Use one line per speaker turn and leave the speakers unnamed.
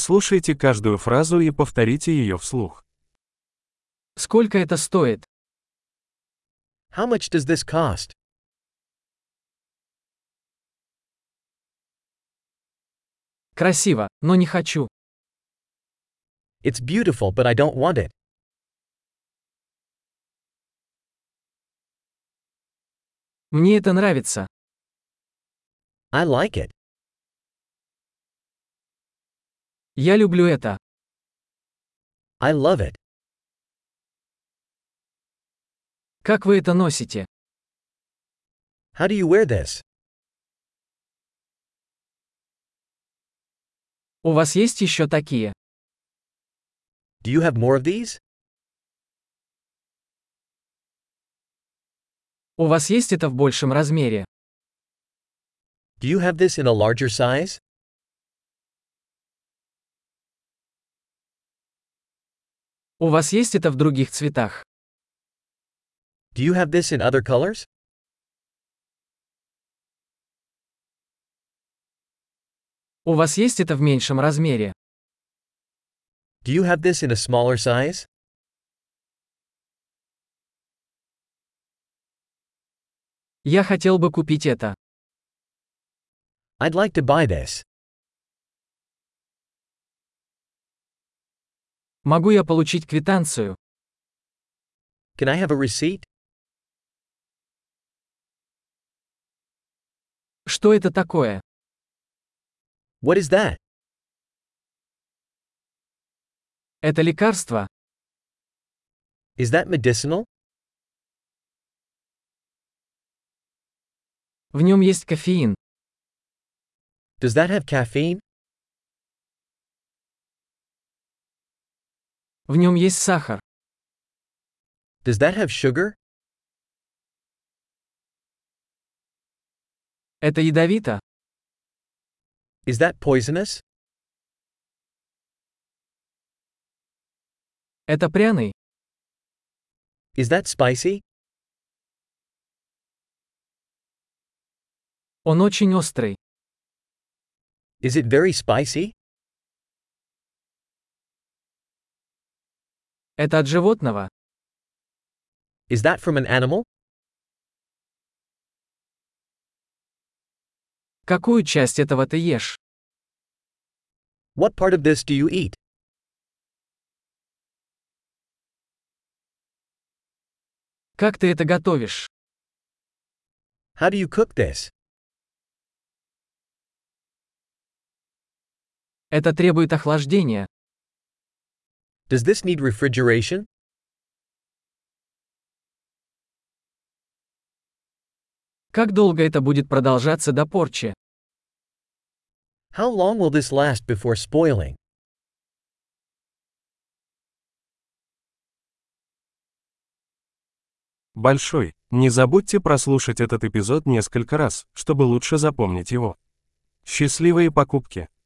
Прослушайте каждую фразу и повторите ее вслух.
Сколько это стоит?
How much does this cost?
Красиво, но не хочу.
It's beautiful, but I don't want it.
Мне это нравится.
I like it.
Я люблю это.
I love it.
Как вы это носите?
How do you wear this?
У вас есть еще такие?
Do you have more of these?
У вас есть это в большем размере?
Do you have this in a larger size?
У вас есть это в других цветах?
Do you have this in other colors?
У вас есть это в меньшем размере?
Do you have this in a smaller size?
Я хотел бы купить это.
I'd like to buy this.
Могу я получить квитанцию?
Can I have a receipt?
Что это такое?
What is that?
Это лекарство?
Is that medicinal?
В нем есть кофеин.
Does that have caffeine?
В нем есть сахар.
Does that have sugar?
Это ядовито?
Is that poisonous?
Это пряный?
Is that spicy?
Он очень острый.
Is it very spicy?
Это от животного?
Is that from an animal?
Какую часть этого ты ешь?
What part of this do you eat?
Как ты это готовишь?
How do you cook this?
Это требует охлаждения.
Does this need refrigeration?
Как долго это будет продолжаться до порчи?
How long will this last before spoiling?
Большой. Не забудьте прослушать этот эпизод несколько раз, чтобы лучше запомнить его. Счастливые покупки!